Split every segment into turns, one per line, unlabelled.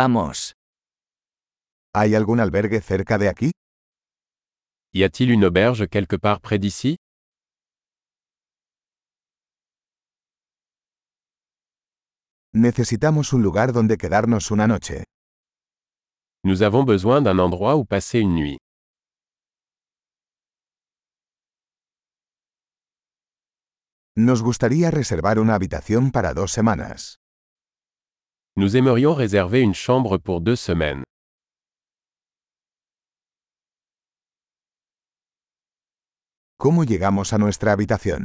Vamos.
¿Hay algún albergue cerca de aquí?
Y a-t-il une auberge quelque part près d'ici
Necesitamos un lugar donde quedarnos una noche.
Nous avons besoin d'un endroit où passer une nuit.
Nos gustaría reservar una habitación para dos semanas.
Nous aimerions réserver une chambre pour deux semaines.
¿Cómo llegamos a nuestra habitación?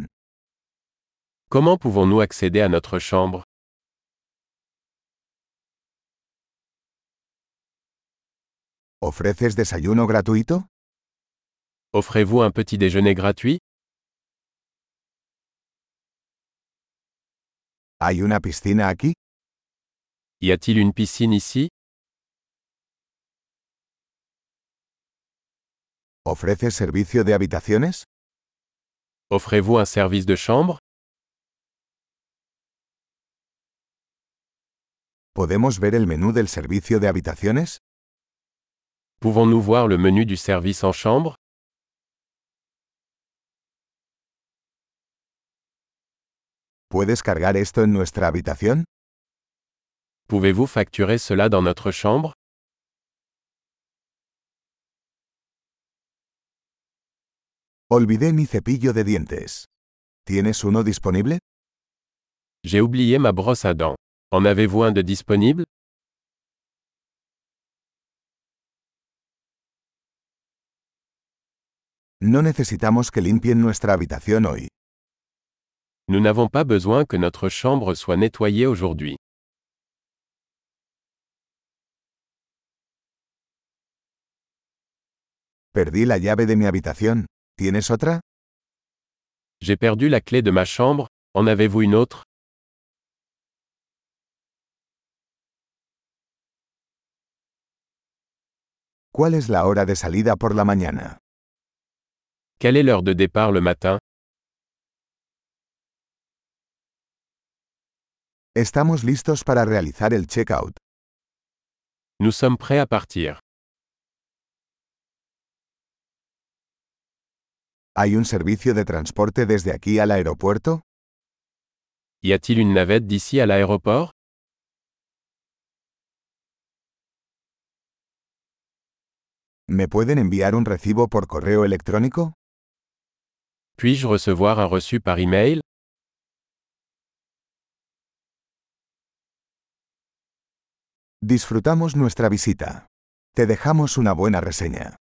Comment pouvons-nous accéder à notre chambre
¿Ofreces desayuno gratuito?
Offrez-vous un petit déjeuner gratuit
¿Hay una piscina aquí?
Y a-t-il une piscine ici
¿Ofreces servicio de habitaciones?
Offrez-vous un service de chambre
¿Podemos ver el menú del servicio de habitaciones?
Pouvons-nous voir le menu du service en chambre
¿Puedes cargar esto en nuestra habitación?
Pouvez-vous facturer cela dans notre chambre
Olvidé mi cepillo de dientes. ¿Tienes uno disponible?
J'ai oublié ma brosse à dents. En avez-vous un de disponible
No necesitamos que limpien nuestra habitación hoy.
Nous n'avons pas besoin que notre chambre soit nettoyée aujourd'hui.
Perdí la llave de mi habitación. ¿Tienes otra?
J'ai perdu la clé de ma chambre, en avez-vous une autre
¿Cuál es la hora de salida por la mañana?
Quelle est l'heure de départ le matin
Estamos listos para realizar el checkout.
Nous sommes prêts à partir.
¿Hay un servicio de transporte desde aquí al aeropuerto?
Y a-t-il une navette d'ici à l'aéroport
¿Me pueden enviar un recibo por correo electrónico?
Puis-je recevoir un reçu par email
Disfrutamos nuestra visita. Te dejamos una buena reseña.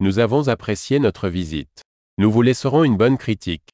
Nous avons apprécié notre visite. Nous vous laisserons une bonne critique.